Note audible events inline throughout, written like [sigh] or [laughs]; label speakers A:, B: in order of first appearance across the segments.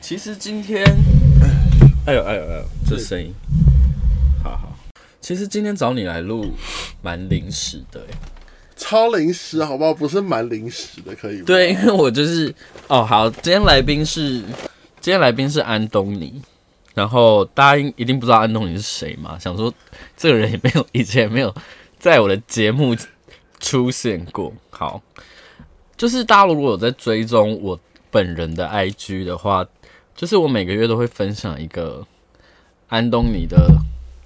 A: 其实今天，哎呦哎呦哎呦，这声音，好好。其实今天找你来录，蛮临时的、欸。
B: 超临时好不好？不是蛮临时的，可以吗？
A: 对，因为我就是哦，好，今天来宾是今天来宾是安东尼，然后大家应一定不知道安东尼是谁嘛，想说这个人也没有以前也没有在我的节目出现过。好，就是大家如果有在追踪我本人的 IG 的话，就是我每个月都会分享一个安东尼的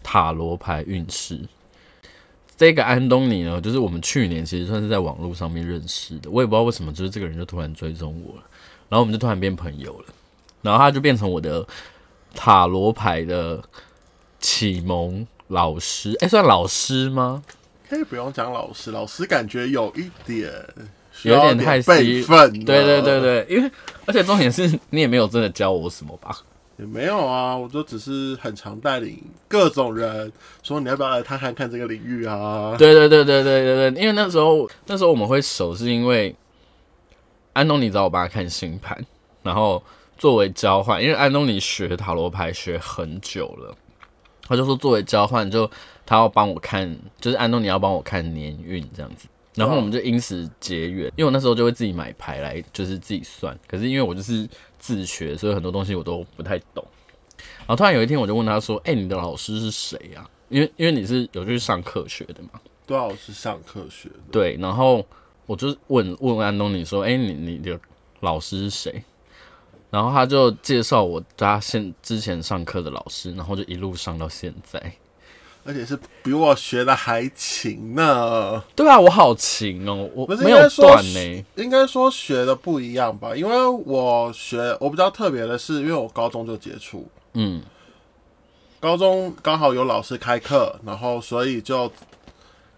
A: 塔罗牌运势。这个安东尼呢，就是我们去年其实算是在网络上面认识的，我也不知道为什么，就是这个人就突然追踪我了，然后我们就突然变朋友了，然后他就变成我的塔罗牌的启蒙老师，哎、算老师吗？
B: 可以不用讲老师，老师感觉有一点需
A: 有
B: 要
A: 点太 C-
B: 辈分。
A: 对对对，对，因为而且重点是你也没有真的教我什么吧？
B: 也没有啊，我就只是很常带领各种人说你要不要来探看看这个领域啊？
A: 对对对对对对对，因为那时候那时候我们会熟，是因为安东尼找我帮他看星盘，然后作为交换，因为安东尼学塔罗牌学很久了，他就说作为交换，就他要帮我看，就是安东尼要帮我看年运这样子。然后我们就因此结缘，因为我那时候就会自己买牌来，就是自己算。可是因为我就是自学，所以很多东西我都不太懂。然后突然有一天，我就问他说：“哎、你的老师是谁呀、因为因为你是有去上课学的嘛。”
B: 对啊，我是上课学的。
A: 对，然后我就问问安东尼说：“哎、你你的老师是谁？”然后他就介绍我他现之前上课的老师，然后就一路上到现在。
B: 而且是比我学的还勤呢。
A: 对啊，我好勤哦，我
B: 不是
A: 没
B: 应
A: 有
B: 该说
A: 断呢、
B: 学应该说学的不一样吧，因为我学我比较特别的是，因为我高中就接触，
A: 嗯，
B: 高中刚好有老师开课，然后所以就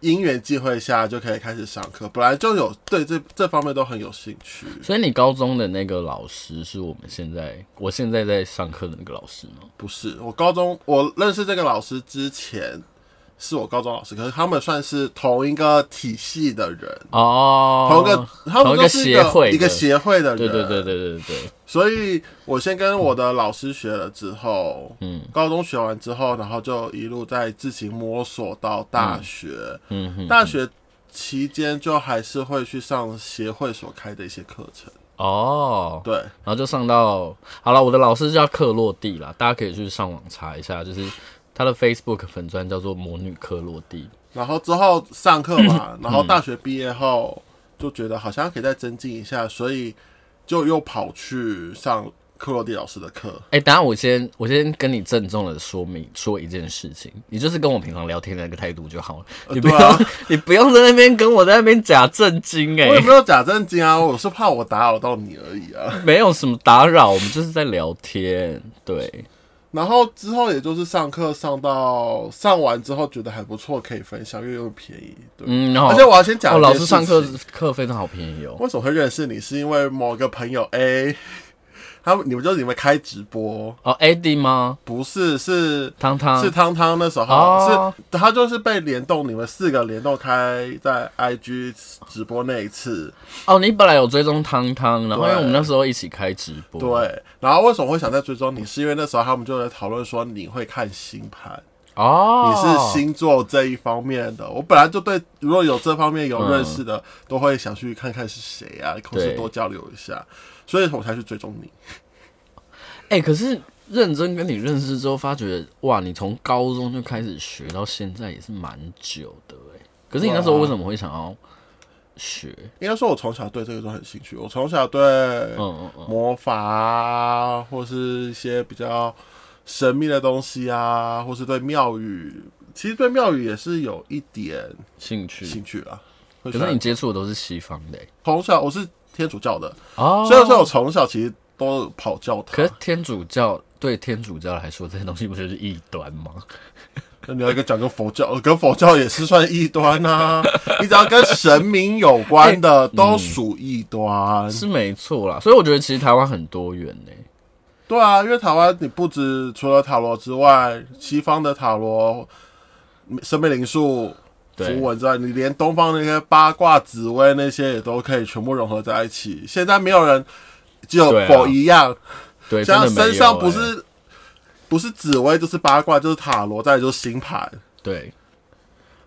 B: 因缘际会下就可以开始上课，本来就有对这这方面都很有兴趣。
A: 所以你高中的那个老师是我们现在我现在在上课的那个老师吗？
B: 不是我高中我认识这个老师之前。是我高中老师，可是他们算是同一个体系的人，
A: 哦，
B: 同一个他
A: 同
B: 们
A: 一
B: 就
A: 个
B: 是一
A: 协
B: 个
A: 会
B: 一
A: 的
B: 个协会的人，
A: 对对对对对对，
B: 所以我先跟我的老师学了之后，
A: 嗯
B: 高中学完之后，然后就一路在自行摸索到大学。
A: 嗯哼，
B: 大学期间就还是会去上协会所开的一些课程。
A: 哦，
B: 对，
A: 然后就上到好了，我的老师叫克洛蒂啦，大家可以去上网查一下，就是他的 Facebook 粉砖叫做魔女克洛蒂。
B: 然后之后上课
A: 嗯
B: 嘛，然后大学毕业后就觉得好像可以再增进一下，所以就又跑去上克洛蒂老师的课。
A: 哎、等一下我先我先跟你郑重的说明说一件事情，你就是跟我平常聊天的那个态度就好了，你不
B: 对
A: 用、
B: 啊
A: [laughs] 你不用在那边跟我在那边假正经哎、
B: 我也没有假正经啊，我是怕我打扰到你而已啊。
A: 没有什么打扰，我们就是在聊天，对。
B: 然后之后也就是上课上到上完之后觉得还不错，可以分享，因为又便宜。对，
A: 嗯，然后
B: 而且我要先讲
A: 哦，
B: 一件
A: 老
B: 事
A: 师
B: 情
A: 上课课非常好便宜哦。
B: 为什么会认识你，是因为某个朋友 A，他 [laughs] 们你们就是你们开直播，
A: 哦，AD 吗？
B: 不是是。
A: 汤汤
B: 是汤汤那时候、
A: 哦
B: 是，他就是被联动，你们四个联动开在 IG 直播那一次，
A: 哦，你本来有追踪汤汤，然后因为
B: 对
A: 我们那时候一起开直播，
B: 对。然后为什么会想在追踪你，是因为那时候他们就在讨论说你会看星盘，
A: 哦，
B: 你是星座这一方面的，我本来就对如果有这方面有认识的，都会想去看看是谁啊，或是
A: 嗯对
B: 多交流一下，所以我才去追踪你。
A: 哎、可是认真跟你认识之后，发觉哇，你从高中就开始学到现在也是蛮久的哎、可是你那时候为什么会想要学？
B: 应该说，我从小对这个都很兴趣，我从小对
A: 嗯嗯嗯，
B: 魔法啊，或是一些比较神秘的东西啊，或是对庙宇，其实对庙宇也是有一点
A: 兴趣。
B: 兴趣啊。可
A: 嗯可是你接触的都是西方的、欸、
B: 从小我是天主教的，
A: 哦
B: 虽然说我从小其实都有跑教堂啊
A: 可，是天主教对天主教来说，这些东西不就是异端吗？
B: 那你要跟讲跟佛教，呃跟佛教也是算异端 [laughs] 呐、你只要跟神明有
A: [laughs]
B: 关
A: 嗯
B: 的，都属异端。
A: 是没错啦，所以我觉得其实台湾很多元哎呢、
B: 对啊，因为台湾你不止除了塔罗之外，西方的塔罗、生命灵数、
A: 对
B: 符文之外，你连东方那些八卦、紫薇那些也都可以全部融合在一起。现在没有人只有
A: 对啊
B: 佛一样，
A: 对，真
B: 像
A: 的没有、
B: 身上不
A: 欸
B: 是不是紫薇就是八卦，就是塔罗，再来就是星盘。
A: 对，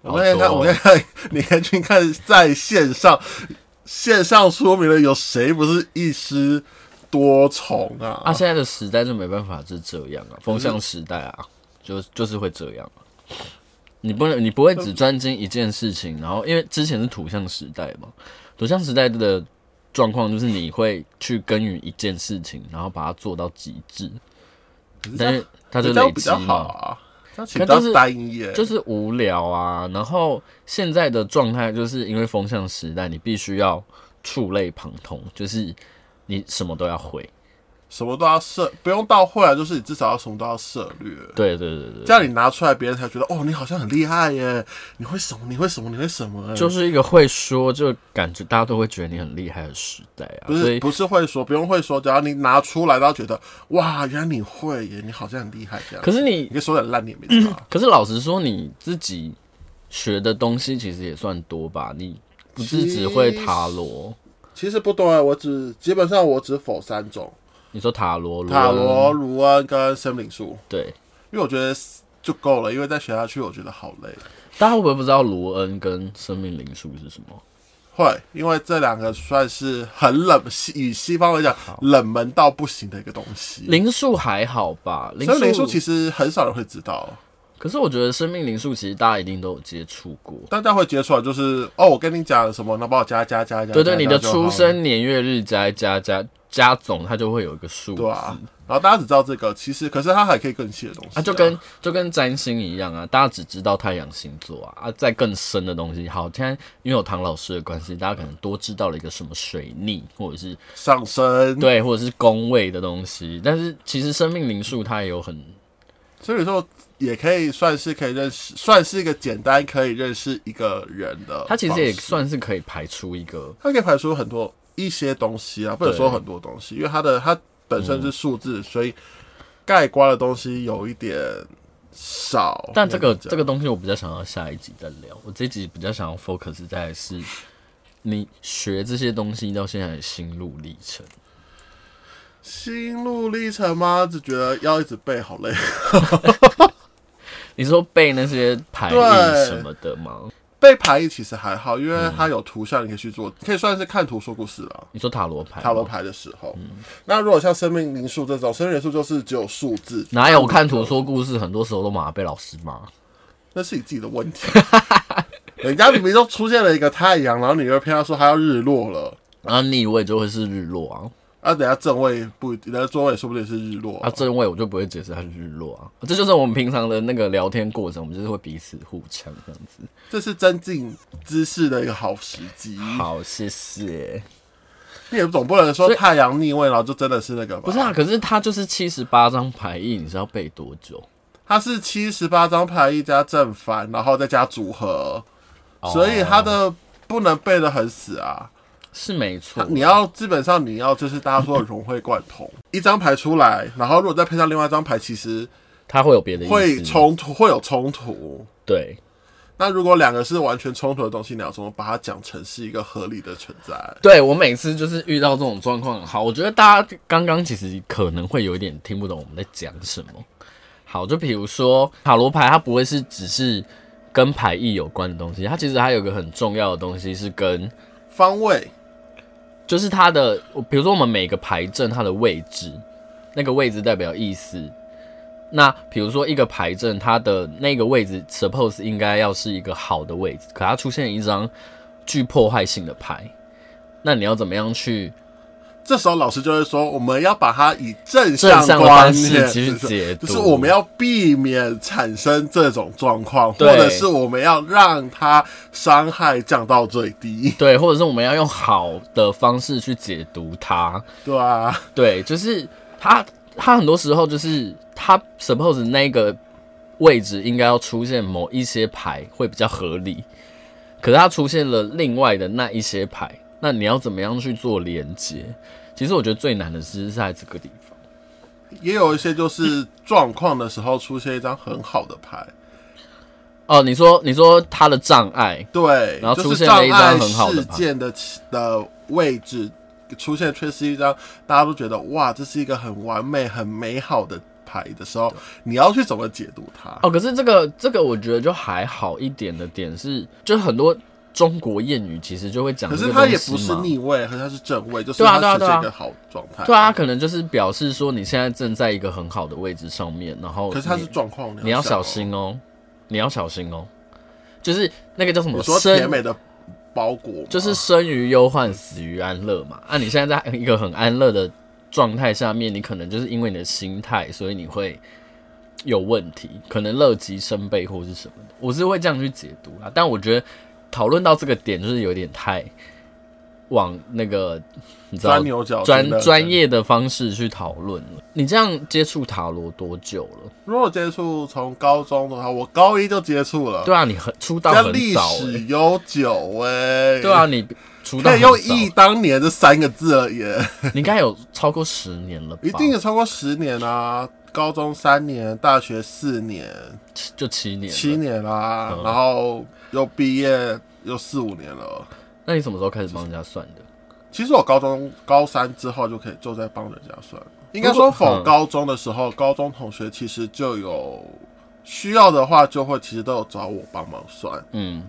B: 我们可以
A: 好
B: 看，
A: 多哦
B: 我们可以看， [laughs] 你可以去看在线上，线上说明了有谁不是一师多重啊？
A: 啊，现在的时代就没办法是这样啊，风向时代啊，就就是会这样、啊。你不能，你不会只专精一件事情，然后因为之前是土象时代嘛，土象时代的状况就是你会去耕耘一件事情，然后把它做到极致，
B: 可是这
A: 但
B: 样
A: 是它就
B: 这样
A: 累
B: 比
A: 积
B: 较好
A: 嘛，
B: 啊，这样其
A: 可
B: 实比较
A: 就是
B: 单一耶。
A: 就是无聊啊。然后现在的状态就是因为风向时代，你必须要触类旁通，就是你什么都要会。
B: 什么都要涉，不用到会啊，就是你至少要什么都要涉略。
A: 对对对对，
B: 这样你拿出来，别人才觉得哦，你好像很厉害耶！你会什么？你会什么？你会什么？
A: 就是一个会说，就感觉大家都会觉得你很厉害的时代啊。
B: 不
A: 所
B: 是
A: 以
B: 不是会说，不用会说，只要你拿出来，大家觉得哇，原来你会耶，你好像很厉害这样。
A: 可是
B: 你
A: 你，
B: 可以说点烂，你也没差。
A: 可是老实说，你自己学的东西其实也算多吧？你不是只会塔罗？
B: 其实不多啊耶，我只基本上我只否三种：
A: 你说塔罗、卢
B: 塔罗、
A: 恩
B: 卢恩跟森林术，
A: 对，
B: 因为我觉得就够了，因为再学下去我觉得好累。
A: 大家会不会不知道卢恩跟生命灵数是什
B: 嗯
A: 么？
B: 会，因为这两个算是很冷，西与西方来讲冷门到不行的一个东西。
A: 灵数还好吧？灵
B: 所以灵数
A: 数
B: 其实很少人会知道，
A: 可是我觉得生命灵数其实大家一定都有接触过。
B: 大家会接触的就是哦，我跟你讲什么，能帮我加加加加。
A: 对
B: 加
A: 对，你的
B: 加就好
A: 出
B: 了
A: 生年月日加加加加总，它就会有一个数字。
B: 对啊，然后大家只知道这个，其实可是它还可以更细的东西
A: 啊，就跟就跟占星一样啊，大家只知道太阳星座啊，啊，在更深的东西，好，现在因为有唐老师的关系，大家可能多知道了一个什么水逆，或者是
B: 上升。
A: 对，或者是宫位的东西，但是其实生命灵数它也有很
B: 所以说也可以算是可以认识，算是一个简单可以认识一个人呃的方式。
A: 它其实也算是可以排出一个，
B: 它可以排除很多一些东西啊，不能说很多东西，因为它的它本
A: 嗯
B: 身是数字，所以盖瓜的东西有一点少。
A: 但这个
B: 样
A: 这个东西我比较想要下一集再聊，我这一集比较想要 focus 在是你学这些东西到现在的心路历程。
B: 心路历程吗？只觉得要一直背，好累。 [laughs]
A: 你说背那些排
B: 对
A: 印什么的吗？
B: 背牌意其实还好，因为它有图像，你可以去做，可以算是看图说故事了。
A: 你说塔罗牌吗，
B: 塔罗牌的时候，
A: 嗯
B: 那如果像生命灵数这种，生命灵数就是只有数字，
A: 哪有看图说故事？很多时候都马上被老师骂。
B: 那是你自己的问题。 [laughs] 人家明明都出现了一个太阳，然后你又偏要说它要日落了。
A: 然后逆位就会是日落啊，
B: 啊，等下正位不一定，等下座位说不定是日落
A: 啊正位我就不会解释它是日落啊，这就是我们平常的那个聊天过程，我们就是会彼此互呛这样子。
B: 这是增进知识的一个好时机。
A: 好，谢谢。
B: 你也总不能说
A: 所以
B: 太阳逆位，然后就真的是那个吧？
A: 不是啊，可是它就是七十八张牌意，你是要背多久？
B: 它是七十八张牌一加正反，然后再加组合，
A: 哦
B: 所以它的不能背得很死啊。
A: 是没错，
B: 你要基本上你要就是大家说的融会贯通，一张牌出来，然后如果再配上另外一张牌，其实
A: 它会有别的意思，
B: 会冲突，会有冲突。
A: 对，
B: 那如果两个是完全冲突的东西，你要怎么把它讲成是一个合理的存在？
A: 对我每次就是遇到这种状况，好，我觉得大家刚刚其实可能会有一点听不懂我们在讲什么。好，就比如说塔罗牌，它不会是只是跟牌意有关的东西，它其实还有一个很重要的东西是跟，
B: 方位，
A: 就是它的，比如说我们每个牌阵它的位置，那个位置代表意思。那比如说一个牌阵，它的那个位置 suppose 应该要是一个好的位置，可它出现一张具破坏性的牌，那你要怎么样去？
B: 这时候老师就会说，我们要把它以正
A: 正向的方
B: 观念，
A: 式去
B: 就是
A: 解读，
B: 就是我们要避免产生这种状况，或
A: 对
B: 者是我们要让它伤害降到最低，
A: 对，或者是我们要用好的方式去解读它。
B: 对啊，
A: 对，就是它，它很多时候就是它 suppose 那个位置应该要出现某一些牌会比较合理，可是它出现了另外的那一些牌，那你要怎么样去做连接？其实我觉得最难的是是在这个地方。
B: 也有一些就是状况的时候出现一张很好的牌，
A: 哦，你说你说它的障碍，
B: 对，
A: 然后出
B: 就是
A: 现
B: 障
A: 了一张
B: 碍
A: 很好的
B: 事
A: 牌
B: 件的起的位置出现却是一张大家都觉得哇，这是一个很完美、很美好的牌的时候，你要去怎么解读它？
A: 哦，可是这个这个我觉得就还好一点的点是，就很多中国谚语其实就会讲
B: 可
A: 这
B: 是
A: 个
B: 它
A: 东
B: 也
A: 西
B: 不是
A: 嘛。
B: 逆位，可是它是正位，就是
A: 对啊
B: 它
A: 对啊对
B: 呈
A: 啊
B: 现一个好状态。
A: 对啊，可能就是表示说你现在正在一个很好的位置上面，然后
B: 可是它
A: 你
B: 是状况，
A: 你要小
B: 哦。
A: 心哦，你要小心哦，就是那个叫什么
B: 你说
A: 生
B: 甜美的包裹吗
A: 就是生于忧患，死于安乐嘛。啊，你现在在一个很安乐的状态下面，你可能就是因为你的心态，所以你会有问题，可能乐极生悲或是什么的。我是会这样去解读啦，但我觉得讨论到这个点，就是有点太往那个你知道
B: 钻牛角尖
A: 专
B: 的人
A: 专。业的方式去讨论了。你这样接触塔罗多久了？
B: 如果接触从高中的话，我高一就接触了，
A: 对啊，你很出道
B: 那
A: 很
B: 历
A: 早、
B: 史
A: 欸，
B: 悠久哎、
A: 对啊，，你出道
B: 可
A: 很
B: 以用
A: 早，
B: 忆当年这三个字了耶，
A: 你应该有超过十年了吧？
B: 一定有超过十年啊。高中三年，大学四年，
A: 七就七年了，
B: 七年啦、
A: 嗯
B: 然后又毕业又四五年了。
A: 那你什么时候开始帮人家算的？
B: 其实我高中高三之后就可以就在帮人家算，应该
A: 如
B: 说
A: 果
B: 否
A: 嗯
B: 高中的时候，高中同学其实就有需要的话，就会其实都有找我帮忙算，
A: 嗯，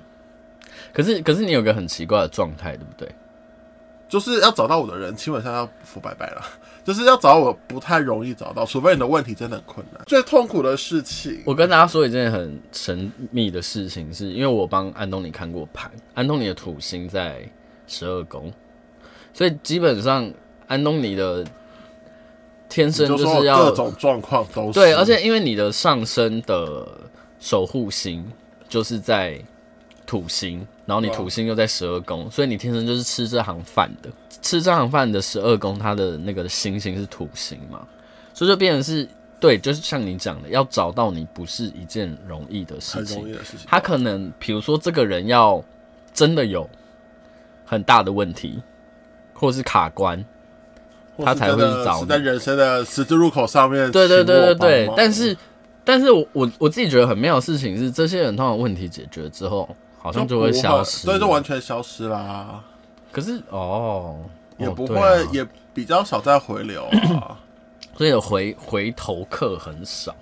A: 可是可是你有个很奇怪的状态，对不对？
B: 就是要找到我的人，基本上要服拜拜了，就是要找我不太容易找到，除非你的问题真的很困难。最痛苦的事情，
A: 我跟大家说一件很神秘的事情是，因为我帮安东尼看过盘，安东尼的土星在十二宫，所以基本上安东尼的天
B: 你
A: 生
B: 就说
A: 是
B: 我
A: 要
B: 各种状况都是
A: 对，而且因为你的上升的守护星就是在土星，然后你
B: 哇
A: 土星又在十二宫，所以你天生就是吃这行饭的。吃这行饭的十二宫，它的那个星星是土星嘛，所以就变成是对，就是像你讲的，要找到你不是一件容易的事
B: 很
A: 情
B: 容。易的事情，
A: 他可能比如说这个人要真的有很大的问题，或是卡关，
B: 或
A: 他
B: 是
A: 才
B: 真
A: 会
B: 的
A: 去找
B: 是
A: 你
B: 在人生的十字路口上面，
A: 对对对对对，但是但是我我我自己觉得很妙的事情是，这些人通常问题解决之后，好
B: 好
A: 像就会消失，
B: 对，就完全消失啦。
A: 可是哦，
B: 也
A: 哦
B: 不
A: 对
B: 会，
A: 啊
B: 也比较少再回流啊。
A: 所以有回回头客很少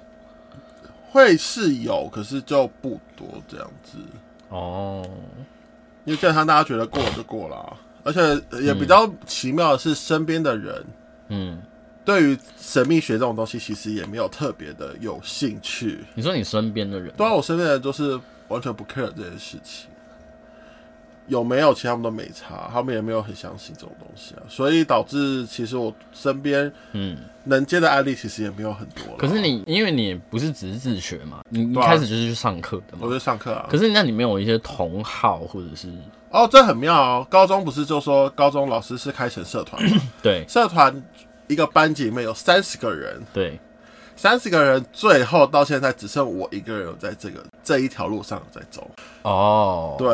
B: 会是有，可是就不多这样子。
A: 哦。
B: 因为基本上大家觉得过了就过了啊、而且也比较奇妙的是，身边的人
A: 嗯，
B: 对于神秘学这种东西，其实也没有特别的有兴趣。
A: 你说你身边的人，
B: 对啊，我身边的人都是完全不 care 这件事情，有没有其实他们都没差，他们也没有很相信这种东西啊，所以导致其实我身边
A: 嗯，
B: 能接的案例其实也没有很多了。
A: 可是你因为你也不是只是自学嘛，你你
B: 对啊
A: 开始就是去上课的
B: 我
A: 嘛。
B: 就上课啊，
A: 可是那里面有一些同好或者是
B: 哦，这很妙哦。高中不是就说高中老师是开成社
A: [laughs]
B: 团吗，
A: 对
B: 社团一个班级里面有三十个人，
A: 对，
B: 三十个人最后到现在只剩我一个人有在这个这一条路上在走。
A: 哦，
B: 对，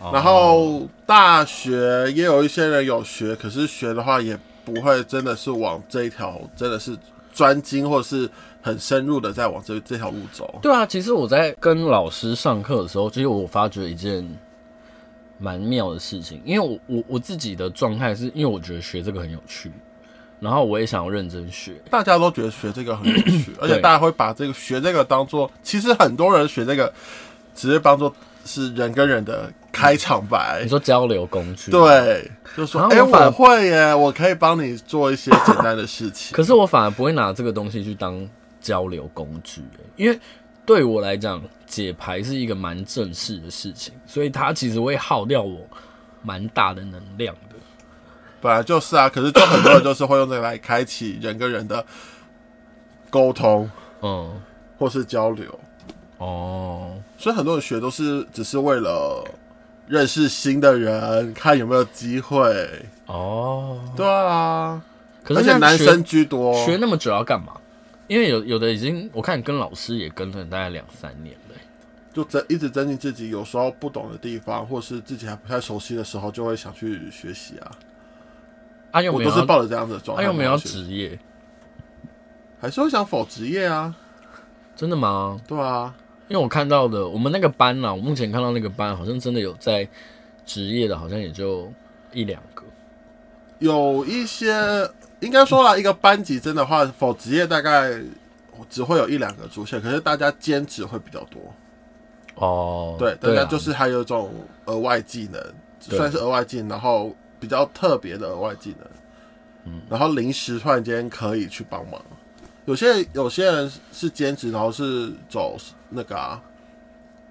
A: 哦，
B: 然后大学也有一些人有学，可是学的话也不会真的是往这一条真的是专精或者是很深入的在往这这条路走。
A: 对啊，其实我在跟老师上课的时候，其实我发觉一件蛮妙的事情，因为我我我自己的状态是因为我觉得学这个很有趣，然后我也想要认真学。
B: 大家都觉得学这个很有趣，而且大家会把这个学这个当做，其实很多人学这个只是当做是人跟人的开场白
A: 你，说交流工具，。
B: 对，就说
A: 然后
B: 哎、诶
A: 我反
B: 嗯我会耶，我可以帮你做一些简单的事情。
A: 可是我反而不会拿这个东西去当交流工具、因为对我来讲，解牌是一个蛮正式的事情，所以它其实会耗掉我蛮大的能量的。
B: 本来就是啊，可是就很多人就是会用这个来开启人跟人的沟通
A: 嗯，
B: 或是交流，
A: 哦，
B: 所以很多人学都是只是为了认识新的人，看有没有机会。
A: 哦，
B: 对啊，
A: 可
B: 而
A: 是
B: 且
A: 那
B: 男
A: 学
B: 生居多，
A: 学那么久要干嘛？因为有有的已经，我看跟老师也跟了大概两三年了欸、
B: 就增一直增进自己，有时候不懂的地方，或是自己还不太熟悉的时候，就会想去学习啊。
A: 啊又
B: 我
A: 没
B: 都
A: 有
B: 是
A: 要，
B: 抱着这样子的状
A: 啊
B: 态。
A: 又没有要
B: 学，
A: 职业，
B: 还是会想否职业啊？
A: 真的吗？
B: 对啊，
A: 因为我看到的，我们那个班啊啦，我目前看到那个班好像真的有在职业的，好像也就一两个，
B: 有一些应该说了，一个班级真的话，否职业大概只会有一两个出现，可是大家兼职会比较多。
A: 哦，
B: 对，大
A: 对
B: 家
A: 啊，
B: 就是还有一种额外技能，
A: 对
B: 算是额外技能，然后比较特别的额外技能。嗯，然后临时突然间可以去帮忙。有些有些人是兼职，然后是走那个、啊、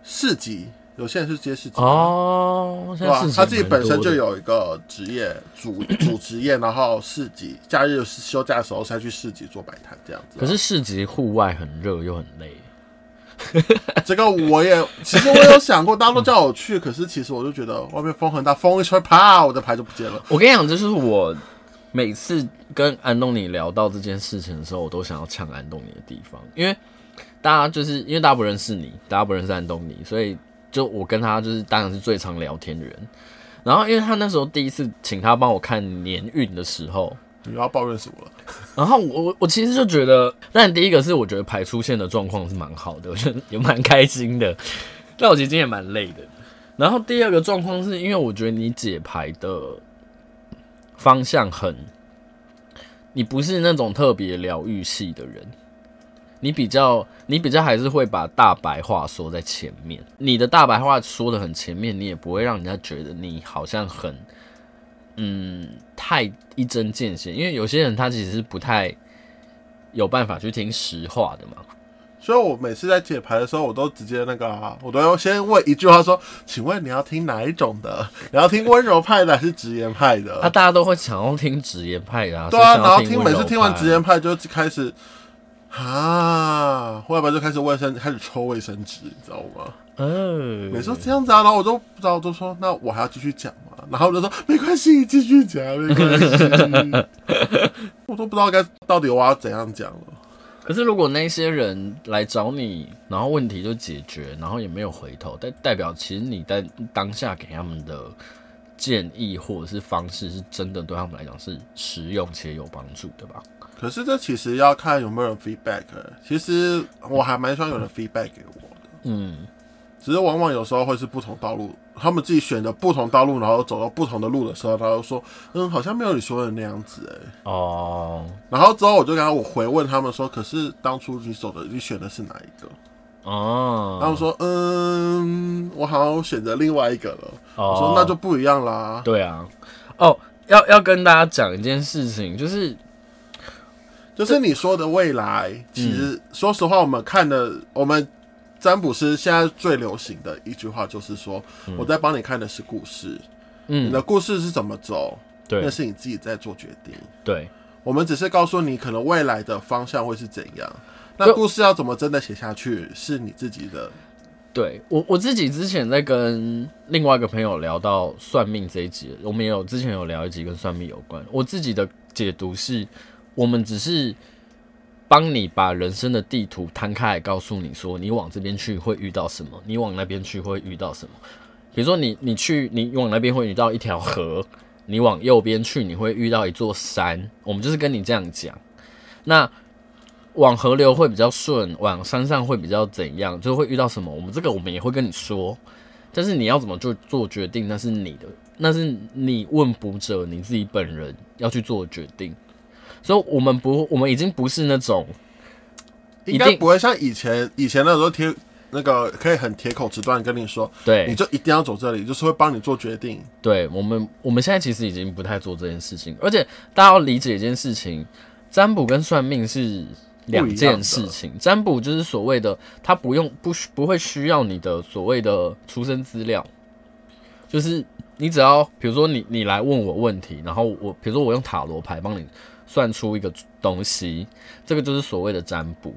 B: 市集，有些人是接市集。
A: 哦，现
B: 对
A: 在
B: 吧
A: 事？情
B: 他自己
A: 蛮
B: 本身
A: 多
B: 就
A: 的
B: 有一个职业主主职业，然后市集，假日休假的时候才去市集做摆摊这样子啊。
A: 可是市集户外很热又很累，
B: 啊这个我也，其实我有想过，大家都叫我去，可是其实我就觉得外面风很大，风一吹，啪，我的牌就不见了。
A: 我跟你讲，这就是我每次跟安东尼聊到这件事情的时候，我都想要呛安东尼的地方，因为大家就是因为大家不认识你，大家不认识安东尼，所以就我跟他就是当然是最常聊天的人。然后因为他那时候第一次请他帮我看年运的时候，
B: 你要抱怨什么了？
A: 然后我我我其实就觉得，但第一个是我觉得排出现的状况是蛮好的，我觉得也蛮开心的。但我其实今天也蛮累的。然后第二个状况是因为我觉得你解牌的方向很，你不是那种特别疗愈系的人，你比较你比较还是会把大白话说在前面，你的大白话说的很前面，你也不会让人家觉得你好像很嗯太一针见血，因为有些人他其实是不太有办法去听实话的嘛。
B: 所以我每次在解牌的时候，我都直接那个、啊，我都要先问一句话说：“请问你要听哪一种的？你要听温柔派的还是直言派的？”
A: 那、啊大家都会想要听直言派的、啊，
B: 呃对啊，
A: 谁想
B: 然
A: 要
B: 后听
A: 温
B: 每
A: 柔
B: 次听完
A: 派啊
B: 直言派就开始啊，后来就开始卫生开始抽卫生纸，你知道吗？
A: 嗯，
B: 每次都这样子啊，然后我都不知道，我都说那我还要继续讲嘛，然后我就说没关系，继续讲，没关系， [laughs] 我都不知道该到底我要怎样讲了。
A: 可是如果那些人来找你，然后问题就解决，然后也没有回头，代代表其实你在当下给他们的建议或者是方式，是真的对他们来讲是实用且有帮助的吧？
B: 可是这其实要看有没有人 feedback，其欸实我还蛮希望有人 feedback 给我的，
A: 嗯，
B: 只是往往有时候会是不同道路，他们自己选择不同道路，然后走到不同的路的时候，他就说，嗯，好像没有你说的那样子、欸，
A: 哦，
B: 然后之后我就跟他我回问他们说，可是当初你走的你选的是哪一个？
A: 哦，
B: 他们说，嗯，我好像选择另外一个了。
A: 哦
B: 我说那就不一样啦。
A: [laughs] 对啊，哦，要要跟大家讲一件事情，就是
B: 就是你说的未来，其实
A: 嗯
B: 说实话，我们看的我们占卜师现在最流行的一句话就是说，我在帮你看的是故事，你
A: 嗯，
B: 的故事是怎么走，那
A: 对
B: 是你自己在做决定。
A: 对，
B: 我们只是告诉你可能未来的方向会是怎样，那
A: 就
B: 故事要怎么真的写下去，是你自己的。
A: 对我我自己之前在跟另外一个朋友聊到算命这一集，我们也有之前有聊一集跟算命有关。我自己的解读是，我们只是帮你把人生的地图摊开来，告诉你说你往这边去会遇到什么，你往那边去会遇到什么。比如说你你去你往那边会遇到一条河，你往右边去你会遇到一座山，我们就是跟你这样讲。那往河流会比较顺，往山上会比较怎样，就会遇到什么，我们这个我们也会跟你说。但是你要怎么做做决定，那是你的，那是你问卜者你自己本人要去做的决定。所以，我们不，我们已经不是那种
B: 应
A: 一
B: 该
A: 定
B: 不会像以前，以前那时候铁那个可以很铁口直断地跟你说，你
A: 对
B: 就一定要走这里，就是会帮你做决定。
A: 对，我们我们现在其实已经不太做这件事情，而且大家要理解一件事情，占卜跟算命是两件事情。占卜就是所谓的，它不用不需不会需要你的所谓的出生资料，就是你只要比如说你你来问我问题，然后我比如说我用塔罗牌帮你算出一个东西，这个就是所谓的占卜。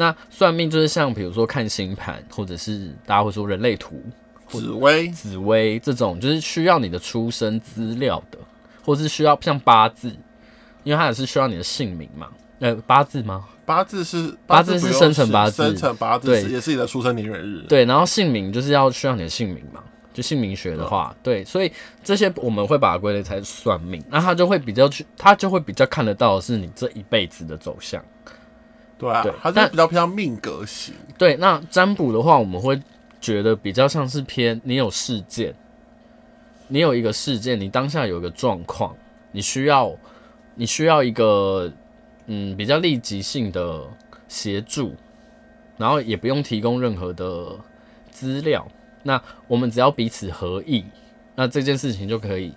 A: 那算命就是像比如说看星盘，或者是大家会说人类图，
B: 紫薇，
A: 紫薇这种，就是需要你的出生资料的，或是需要像八字，因为它也是需要你的姓名嘛。呃，八字吗？
B: 八字是
A: 八字是
B: 不用
A: 生辰八字
B: 生辰八字
A: 对
B: 是也是你的出生年月日。
A: 对，然后姓名就是要需要你的姓名嘛，就姓名学的话，对，所以这些我们会把它归类才算命，那他就会比较去，他就会比较看得到的是你这一辈子的走向。
B: 对啊
A: 对，
B: 它是
A: 但
B: 比较偏向命格型。
A: 对，那占卜的话，我们会觉得比较像是偏你有事件，你有一个事件，你当下有一个状况，你需要你需要一个嗯比较立即性的协助，然后也不用提供任何的资料。那我们只要彼此合意，那这件事情就可以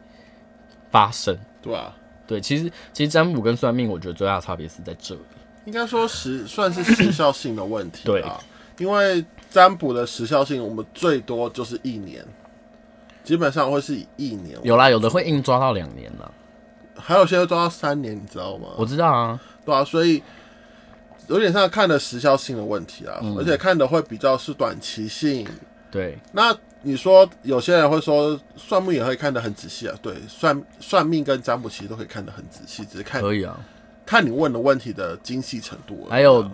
A: 发生。
B: 对啊吧、
A: 对，其实其实占卜跟算命，我觉得最大的差别是在这里。
B: 应该说
A: [laughs]
B: 时算是时效性的问题啦，因为占卜的时效性，我们最多就是一年，基本上会是以一年，
A: 有啦，有的会硬抓到两年啦，
B: 还有些会抓到三年，你知道吗？
A: 我知道啊，
B: 对啊，所以有点像看的时效性的问题啊，
A: 嗯
B: 而且看的会比较是短期性。
A: 对，
B: 那你说有些人会说算命也会看得很仔细啊，对，算算命跟占卜其实都可以看得很仔细，只是看
A: 可以啊。
B: 看你问的问题的精细程度而
A: [laughs]
B: 已啊，
A: 还有，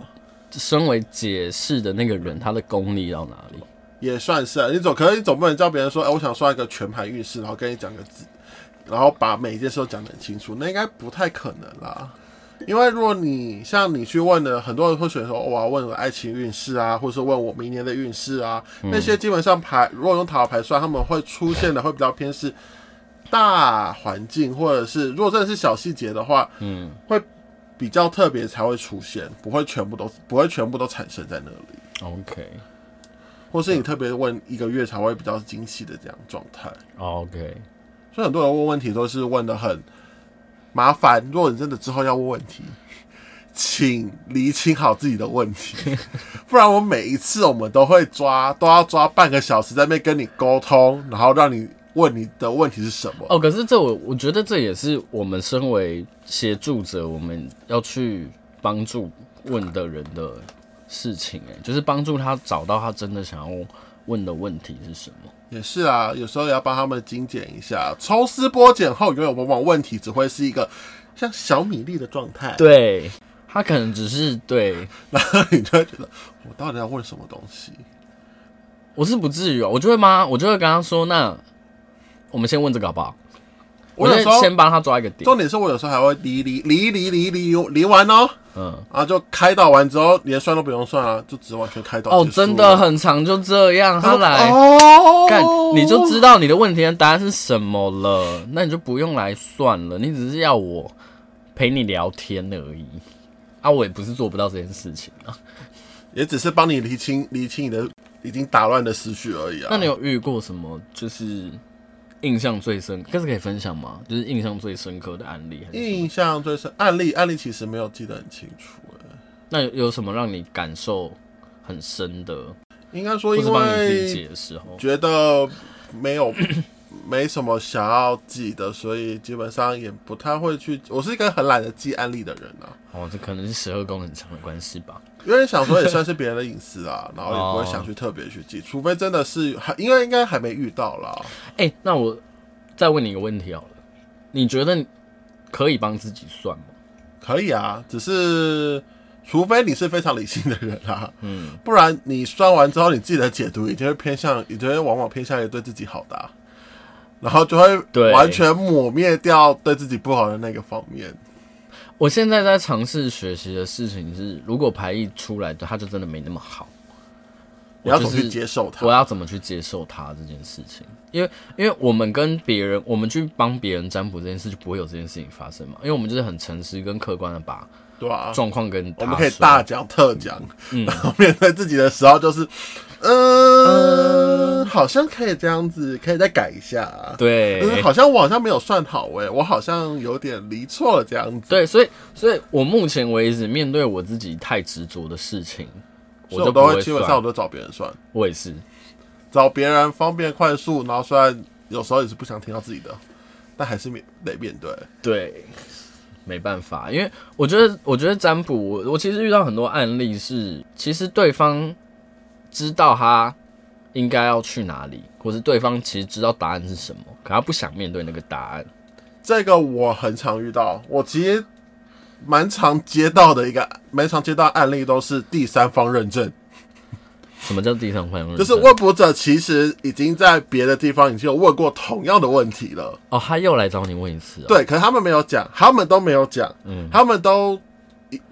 A: 身为解释的那个人，他的功力到哪里？
B: 也算是、啊、你总，可是你总不能叫别人说，哎、我想算一个全盘运势，然后跟你讲个字，然后把每一件事都讲得很清楚，那应该不太可能啦。因为如果你像你去问的，很多人会选说，哦我要问我的爱情运势啊，或者是问我明年的运势啊，那些基本上牌，如果用塔罗牌算，他们会出现的会比较偏是大环境，或者是如果真的是小细节的话，
A: 嗯，
B: 会比较特别才会出现，不会全部都不会全部都产生在那里。
A: OK
B: 或是你特别问一个月才会比较精细的这样状态。
A: OK，
B: 所以很多人问问题都是问的很麻烦。如果你真的之后要问问题，请厘清好自己的问题， [laughs] 不然我每一次我们都会抓都要抓半个小时在那边跟你沟通，然后让你问你的问题是什么。
A: 哦，可是这我我觉得这也是我们身为协助者，我们要去帮助问的人的事情、哎，就是帮助他找到他真的想要问的问题是什么。
B: 也是啊，有时候也要帮他们精简一下，抽丝剥茧后，永远往往问题只会是一个像小米粒的状态。
A: 对他可能只是对
B: [laughs] 然后你就会觉得我到底要问什么东西？
A: 我是不至于、哦，我就会吗？我就会跟他说，那我们先问这个好不好？
B: 我
A: 就
B: 有时候
A: 先帮他抓一个点，
B: 重点是我有时候还会离离离离离离离完哦，
A: 嗯，
B: 然后就开导完之后连算都不用算啊了，就只完全开导
A: 哦
B: 结，束了
A: 真的很长，就这样，他来。
B: 哦，
A: 干，你就知道你的问题的答案是什么了，那你就不用来算了，你只是要我陪你聊天而已。啊，我也不是做不到这件事情啊。
B: 也只是帮你厘清厘清你的已经打乱的思绪而已啊。
A: 那你有遇过什么就是印象最深，可是可以分享吗？就是印象最深刻的案例还是什么？
B: 印象最深案例案例其实没有记得很清楚、欸，
A: 那有有什么让你感受很深的，
B: 欸应该说
A: 或
B: 因
A: 是帮你自己
B: 为
A: 解的时候？
B: 觉得没有 [clears throat] 没什么想要记的，所以基本上也不太会去。我是一个很懒得记案例的人啊。
A: 哦，这可能是十二宫很长的关系吧。
B: 因为想说也算是别人的隐私
A: [laughs]
B: 啊，然后也不会想去特别去记，除非真的是还应该应该还没遇到啦。
A: 哎、那我再问你一个问题好了，你觉得你可以帮自己算吗？
B: 可以啊，只是除非你是非常理性的人啊，
A: 嗯，
B: 不然你算完之后你自己的解读一定会偏向，一定会往往偏向于对自己好的啊、然后就会
A: 对
B: 完全抹灭掉对自己不好的那个方面。
A: 我现在在尝试学习的事情是，如果排异出来的，它就真的没那么好。
B: 你要
A: 就
B: 怎么
A: 是
B: 去接受它？
A: 我要怎么去接受它这件事情？因为因为我们跟别人，我们去帮别人占卜这件事，就不会有这件事情发生嘛。因为我们就是很诚实跟客观的把
B: 对啊，
A: 状况跟他
B: 我们可以
A: 说
B: 大讲特讲，
A: 嗯
B: 然后面对自己的时候就是，嗯、好像可以这样子，可以再改一下。嗯，
A: 呃
B: [laughs]
A: 对
B: 好像我好像没有算好哎、我好像有点离错了这样子，
A: 对，所以所以我目前为止面对我自己太执着的事情，
B: 所以
A: 就不
B: 我都会
A: 会
B: 基本上我
A: 算。
B: 都找别人算，
A: 我也是，
B: 找别人方便快速，然后虽然有时候也是不想听到自己的，但还是面得面对。
A: 对，没办法，因为我觉得，我觉得占卜，我我其实遇到很多案例是，其实对方知道他应该要去哪里，或是对方其实知道答案是什么，可他不想面对那个答案。
B: 这个我很常遇到，我其实蛮常接到的一个蛮常接到案例都是第三方认证。
A: 什么叫第三方认
B: 就
A: 证？
B: 是问卜者其实已经在别的地方已经有问过同样的问题了，
A: 哦，他又来找你问一次、哦。，
B: 对，可是他们没有讲，他们都没有讲，
A: 嗯
B: 他们都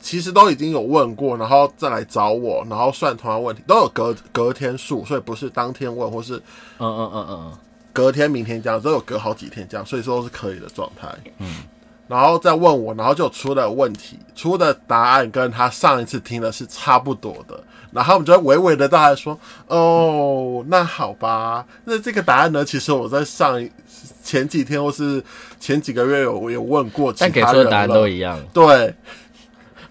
B: 其实都已经有问过，然后再来找我，然后算同样问题，都有隔隔天数，所以不是当天问，或是
A: 嗯嗯嗯嗯，
B: 隔天明天这样，都有隔好几天这样，所以说是可以的状态。嗯，然后再问我，然后就出了问题，出的答案跟他上一次听的是差不多的，然后我们就会娓娓的大家说，哦，那好吧，那这个答案呢，其实我在上一前几天或是前几个月有有问过其
A: 但给
B: 他
A: 出的
B: 人
A: 答案
B: 了
A: 都，一样，
B: 对，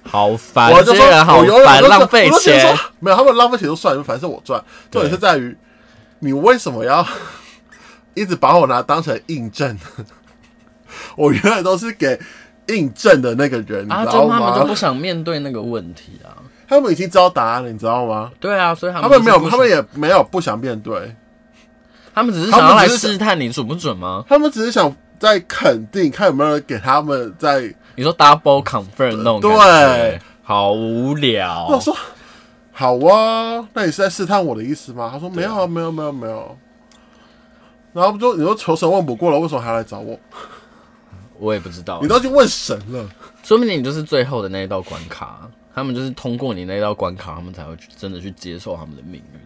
A: 好烦，
B: 我
A: 啊
B: 就
A: 这
B: 说
A: 些人好
B: 我永远
A: 烦，
B: 都是
A: 浪费
B: 我就觉得
A: 钱
B: 说。没有，他们浪费钱就算了，反正是我赚。重点是在于，你为什么要 [laughs] 一直把我拿当成印证？ [laughs] 我永远都是给印证的那个人，
A: 阿
B: 你知
A: 中
B: 道
A: 啊他们都
B: 吗
A: 不？想面对那个问题啊。
B: 他们已经知道答案了，你知道吗？
A: 对啊，所以他
B: 他
A: 们
B: 们没
A: 就是
B: 有，
A: 不
B: 他们也没有不想面对，
A: 他们只是
B: 他
A: 想
B: 们
A: 要来
B: 只是想
A: 试探你准不准吗？
B: 他们只是想在肯定，看有没有人给他们在。
A: 你说 double confirm 那种
B: 对
A: 感觉，好无聊。
B: 我哦说好啊，那你是在试探我的意思吗？他说没有啊，没有，没有，没有。然后就你说求神问卜过了，为什么还来找我？
A: 我也不知道
B: 你，都去问神了，
A: 说不定你就是最后的那一道关卡，他们就是通过你那道关卡，他们才会去真的去接受他们的命运。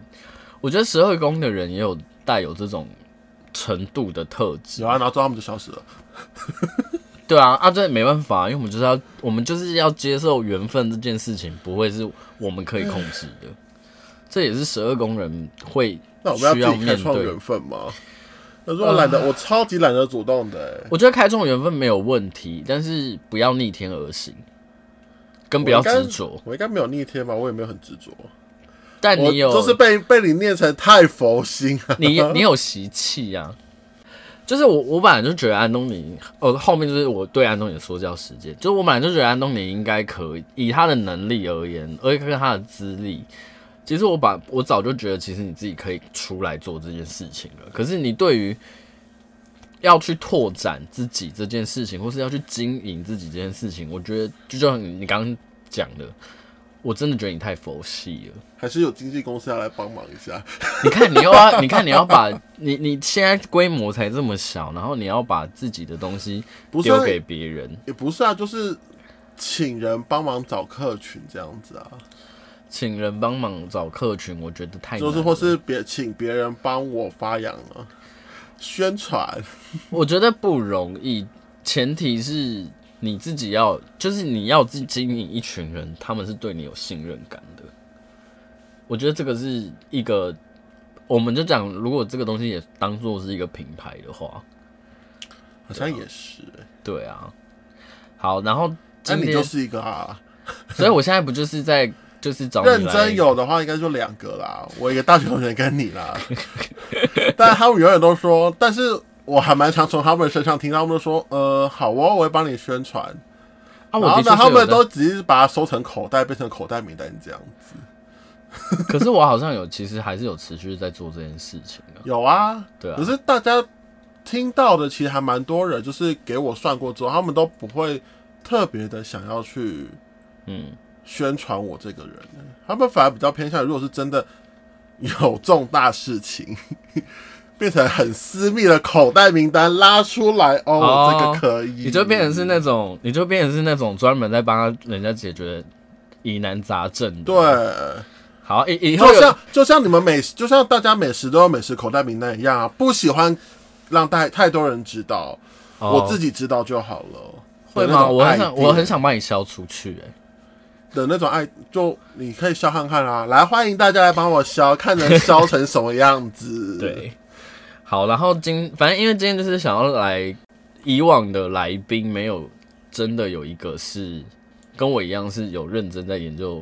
A: 我觉得十二宫的人也有带有这种程度的特质
B: 有，啊，然后之后他们就消失了。
A: 对啊，啊，这没办法，因为我们就是要，我们就是要接受缘分这件事情，不会是我们可以控制的。这也是十二宫人会
B: 那我们
A: 需
B: 要
A: 要
B: 啊自己开
A: 面
B: 创
A: 对
B: 缘分啊吗？可是我懒得，我超级懒得主动的、欸。
A: 我觉得开创缘分没有问题，但是不要逆天而行，跟不要执着。
B: 我应该没有逆天吧？我也没有很执着，
A: 但
B: 我
A: 你有，
B: 就是被被你念成太佛心啊了。
A: 你你有习气呀。就是我，我本来就觉得安东尼，哦，后面就是我对安东尼的说教时间，就是我本来就觉得安东尼应该可以，以他的能力而言，而且跟他的资历，其实我把我早就觉得，其实你自己可以出来做这件事情了。可是你对于要去拓展自己这件事情，或是要去经营自己这件事情，我觉得就像你刚刚讲的，我真的觉得你太佛系了。
B: [laughs] 还是有经纪公司要来帮忙一下。
A: 你看，你又要，你看，你要把你你现在规模才这么小，然后你要把自己的东西
B: 不是啊
A: 丢给别人，
B: 也不是啊，就是请人帮忙找客群这样子啊，
A: 请人帮忙找客群，我觉得太难
B: 就
A: 了
B: 是或是别请别人帮我发扬了宣传。
A: 我觉得不容易，前提是你自己要，就是你要自己经营一群人，他们是对你有信任感的。我觉得这个是一个，我们就讲，如果这个东西也当做是一个品牌的话，
B: 好像
A: 啊
B: 也是、欸，
A: 对啊。好，然后
B: 那
A: 今
B: 你
A: 天，
B: 就是一个啊，
A: 所以我现在不就是在就是找你
B: 认
A: 来
B: 真有的话，应该就两个啦，我一个大学同学跟你
A: [laughs]
B: 啦。但他们永远都说，但是我还蛮常从他们身上听到，他们说，呃，好哦，我会帮你宣传。
A: 啊，我
B: 然后
A: 的确
B: 呢，
A: 是
B: 他们
A: 有
B: 都只是把它收成口袋，变成口袋名单这样子。
A: 在，可是我好像有，其实还是有持续在做这件事情的、
B: 有啊，
A: 对啊
B: 可是大家听到的其实还蛮多人，就是给我算过之后，他们都不会特别的想要去
A: 嗯，
B: 宣传我这个人，他们反而比较偏向，如果是真的有重大事情， [laughs] 变成很私密的口袋名单拉出来，哦，
A: 哦
B: 这个可以，
A: 你就变成是那种，你就变成是那种专门在帮他人家解决疑难杂症的。，
B: 对，
A: 好，以以后
B: 就
A: 有
B: 像就像你们美食，就像大家美食都有美食口袋名单一样啊，不喜欢让太太多人知道，我自
A: 己
B: 己知道就好了。
A: 哦会
B: 的那
A: 吗？
B: 种
A: 我很
B: 爱
A: 想，
B: 店
A: 我很想把你消除去、欸，，
B: 的那种爱，就你可以消看看啊，来欢迎大家来帮我消，看能消成什么样子。
A: [laughs] 对，好，然后今反正因为今天就是想要来，以往的来宾没有真的有一个是跟我一样是有认真在研究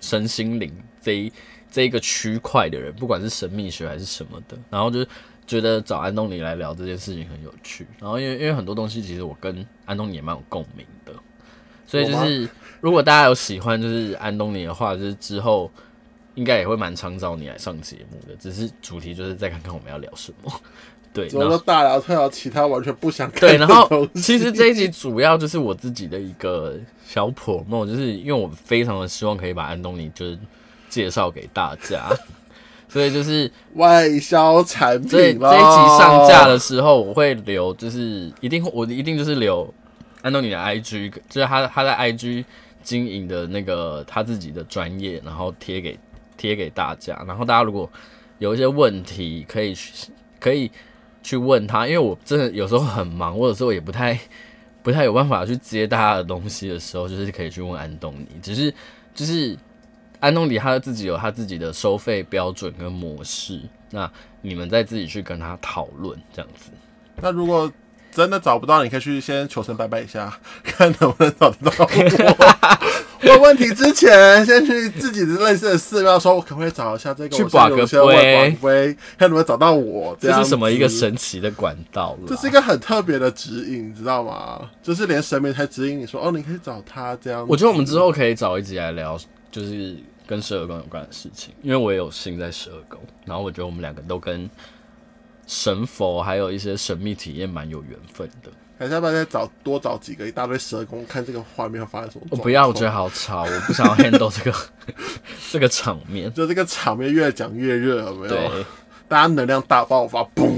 A: 身心灵这一这一个区块的人，不管是神秘学还是什么的，然后就是觉得找安东尼来聊这件事情很有趣，然后因为因为很多东西其实我跟安东尼也蛮有共鸣的，所以就
B: 有吗
A: 是如果大家有喜欢就是安东尼的话，就是之后。应该也会蛮常找你来上节目的，只是主题就是再看看我们要聊什么。 [laughs] 对，
B: 除
A: 然后
B: 了大聊特聊，其他完全不想看
A: 对，
B: 的
A: 然后
B: 东西
A: 其实这一集主要就是我自己的一个小 promo，就是因为我非常的希望可以把安东尼就是介绍给大家， [laughs] 所以就是
B: [laughs] 外销产品哦
A: 这这一集
B: 咯
A: 上架的时候，我会留，就是一定会我一定就是留安东尼的 IG，就是他他在 IG 经营的那个他自己的专业，然后贴给贴给大家，然后大家如果有一些问题可以去可以去问他，因为我真的有时候很忙，我有时候也不太。不不太有办法去接大家的东西的时候，就是可以去问安东尼。只是 [laughs] 就是安东尼他自己有他自己的收费标准跟模式，那你们再自己去跟他讨论这样子。
B: 那如果真的找不到，你可以去先求神拜拜一下， [laughs] 看能不能找得到我。 [laughs] 问问题之前，先去自己的类似的寺庙说，我可不可以找一下这个？
A: 去
B: 我
A: 把
B: 是
A: 个
B: 有些问
A: 龟
B: 广龟，看能不能找到我。
A: 这
B: 样
A: 是什么一个
B: 子
A: 神奇的管道了？
B: 啊这是一个很特别的指引，你知道吗？就是连神明才指引你说，哦，你可以找他这样子。
A: 我觉得我们之后可以找一集来聊，就是跟十二宫有关的事情，因为我也有信在十二宫，然后我觉得我们两个都跟神佛还有一些神秘体验蛮有缘分的。
B: 还是哎要不要再找多找几个一大堆蛇工，看这个画面会发生什么状
A: 我
B: 况？
A: 哦不要，我觉得好吵，我不想要 handle 这个 [laughs] 这个场面。
B: 就这个场面越讲越热，有 [laughs] 没
A: 对
B: 有？，大家能量大爆发，嘣！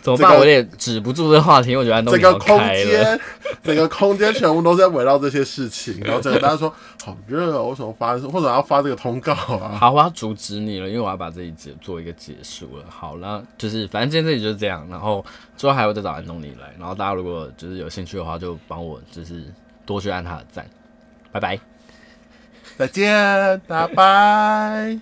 A: 怎么办？
B: 这个
A: 我有点止不住这个话题，我觉得安东
B: 整
A: 尼
B: 个
A: 要
B: 空
A: 开了。 [laughs]
B: 间，整个空间全部都在围绕这些事情，然后整个大家说好热哦，为什么发生？或者要发这个通告啊？
A: 好，我要阻止你了，因为我要把这一节做一个结束了。好那就是反正今天这里就是这样，然后之后还会再找安东尼来，然后大家如果就是有兴趣的话，就帮我就是多去按他的赞，拜拜。
B: 再见，拜拜。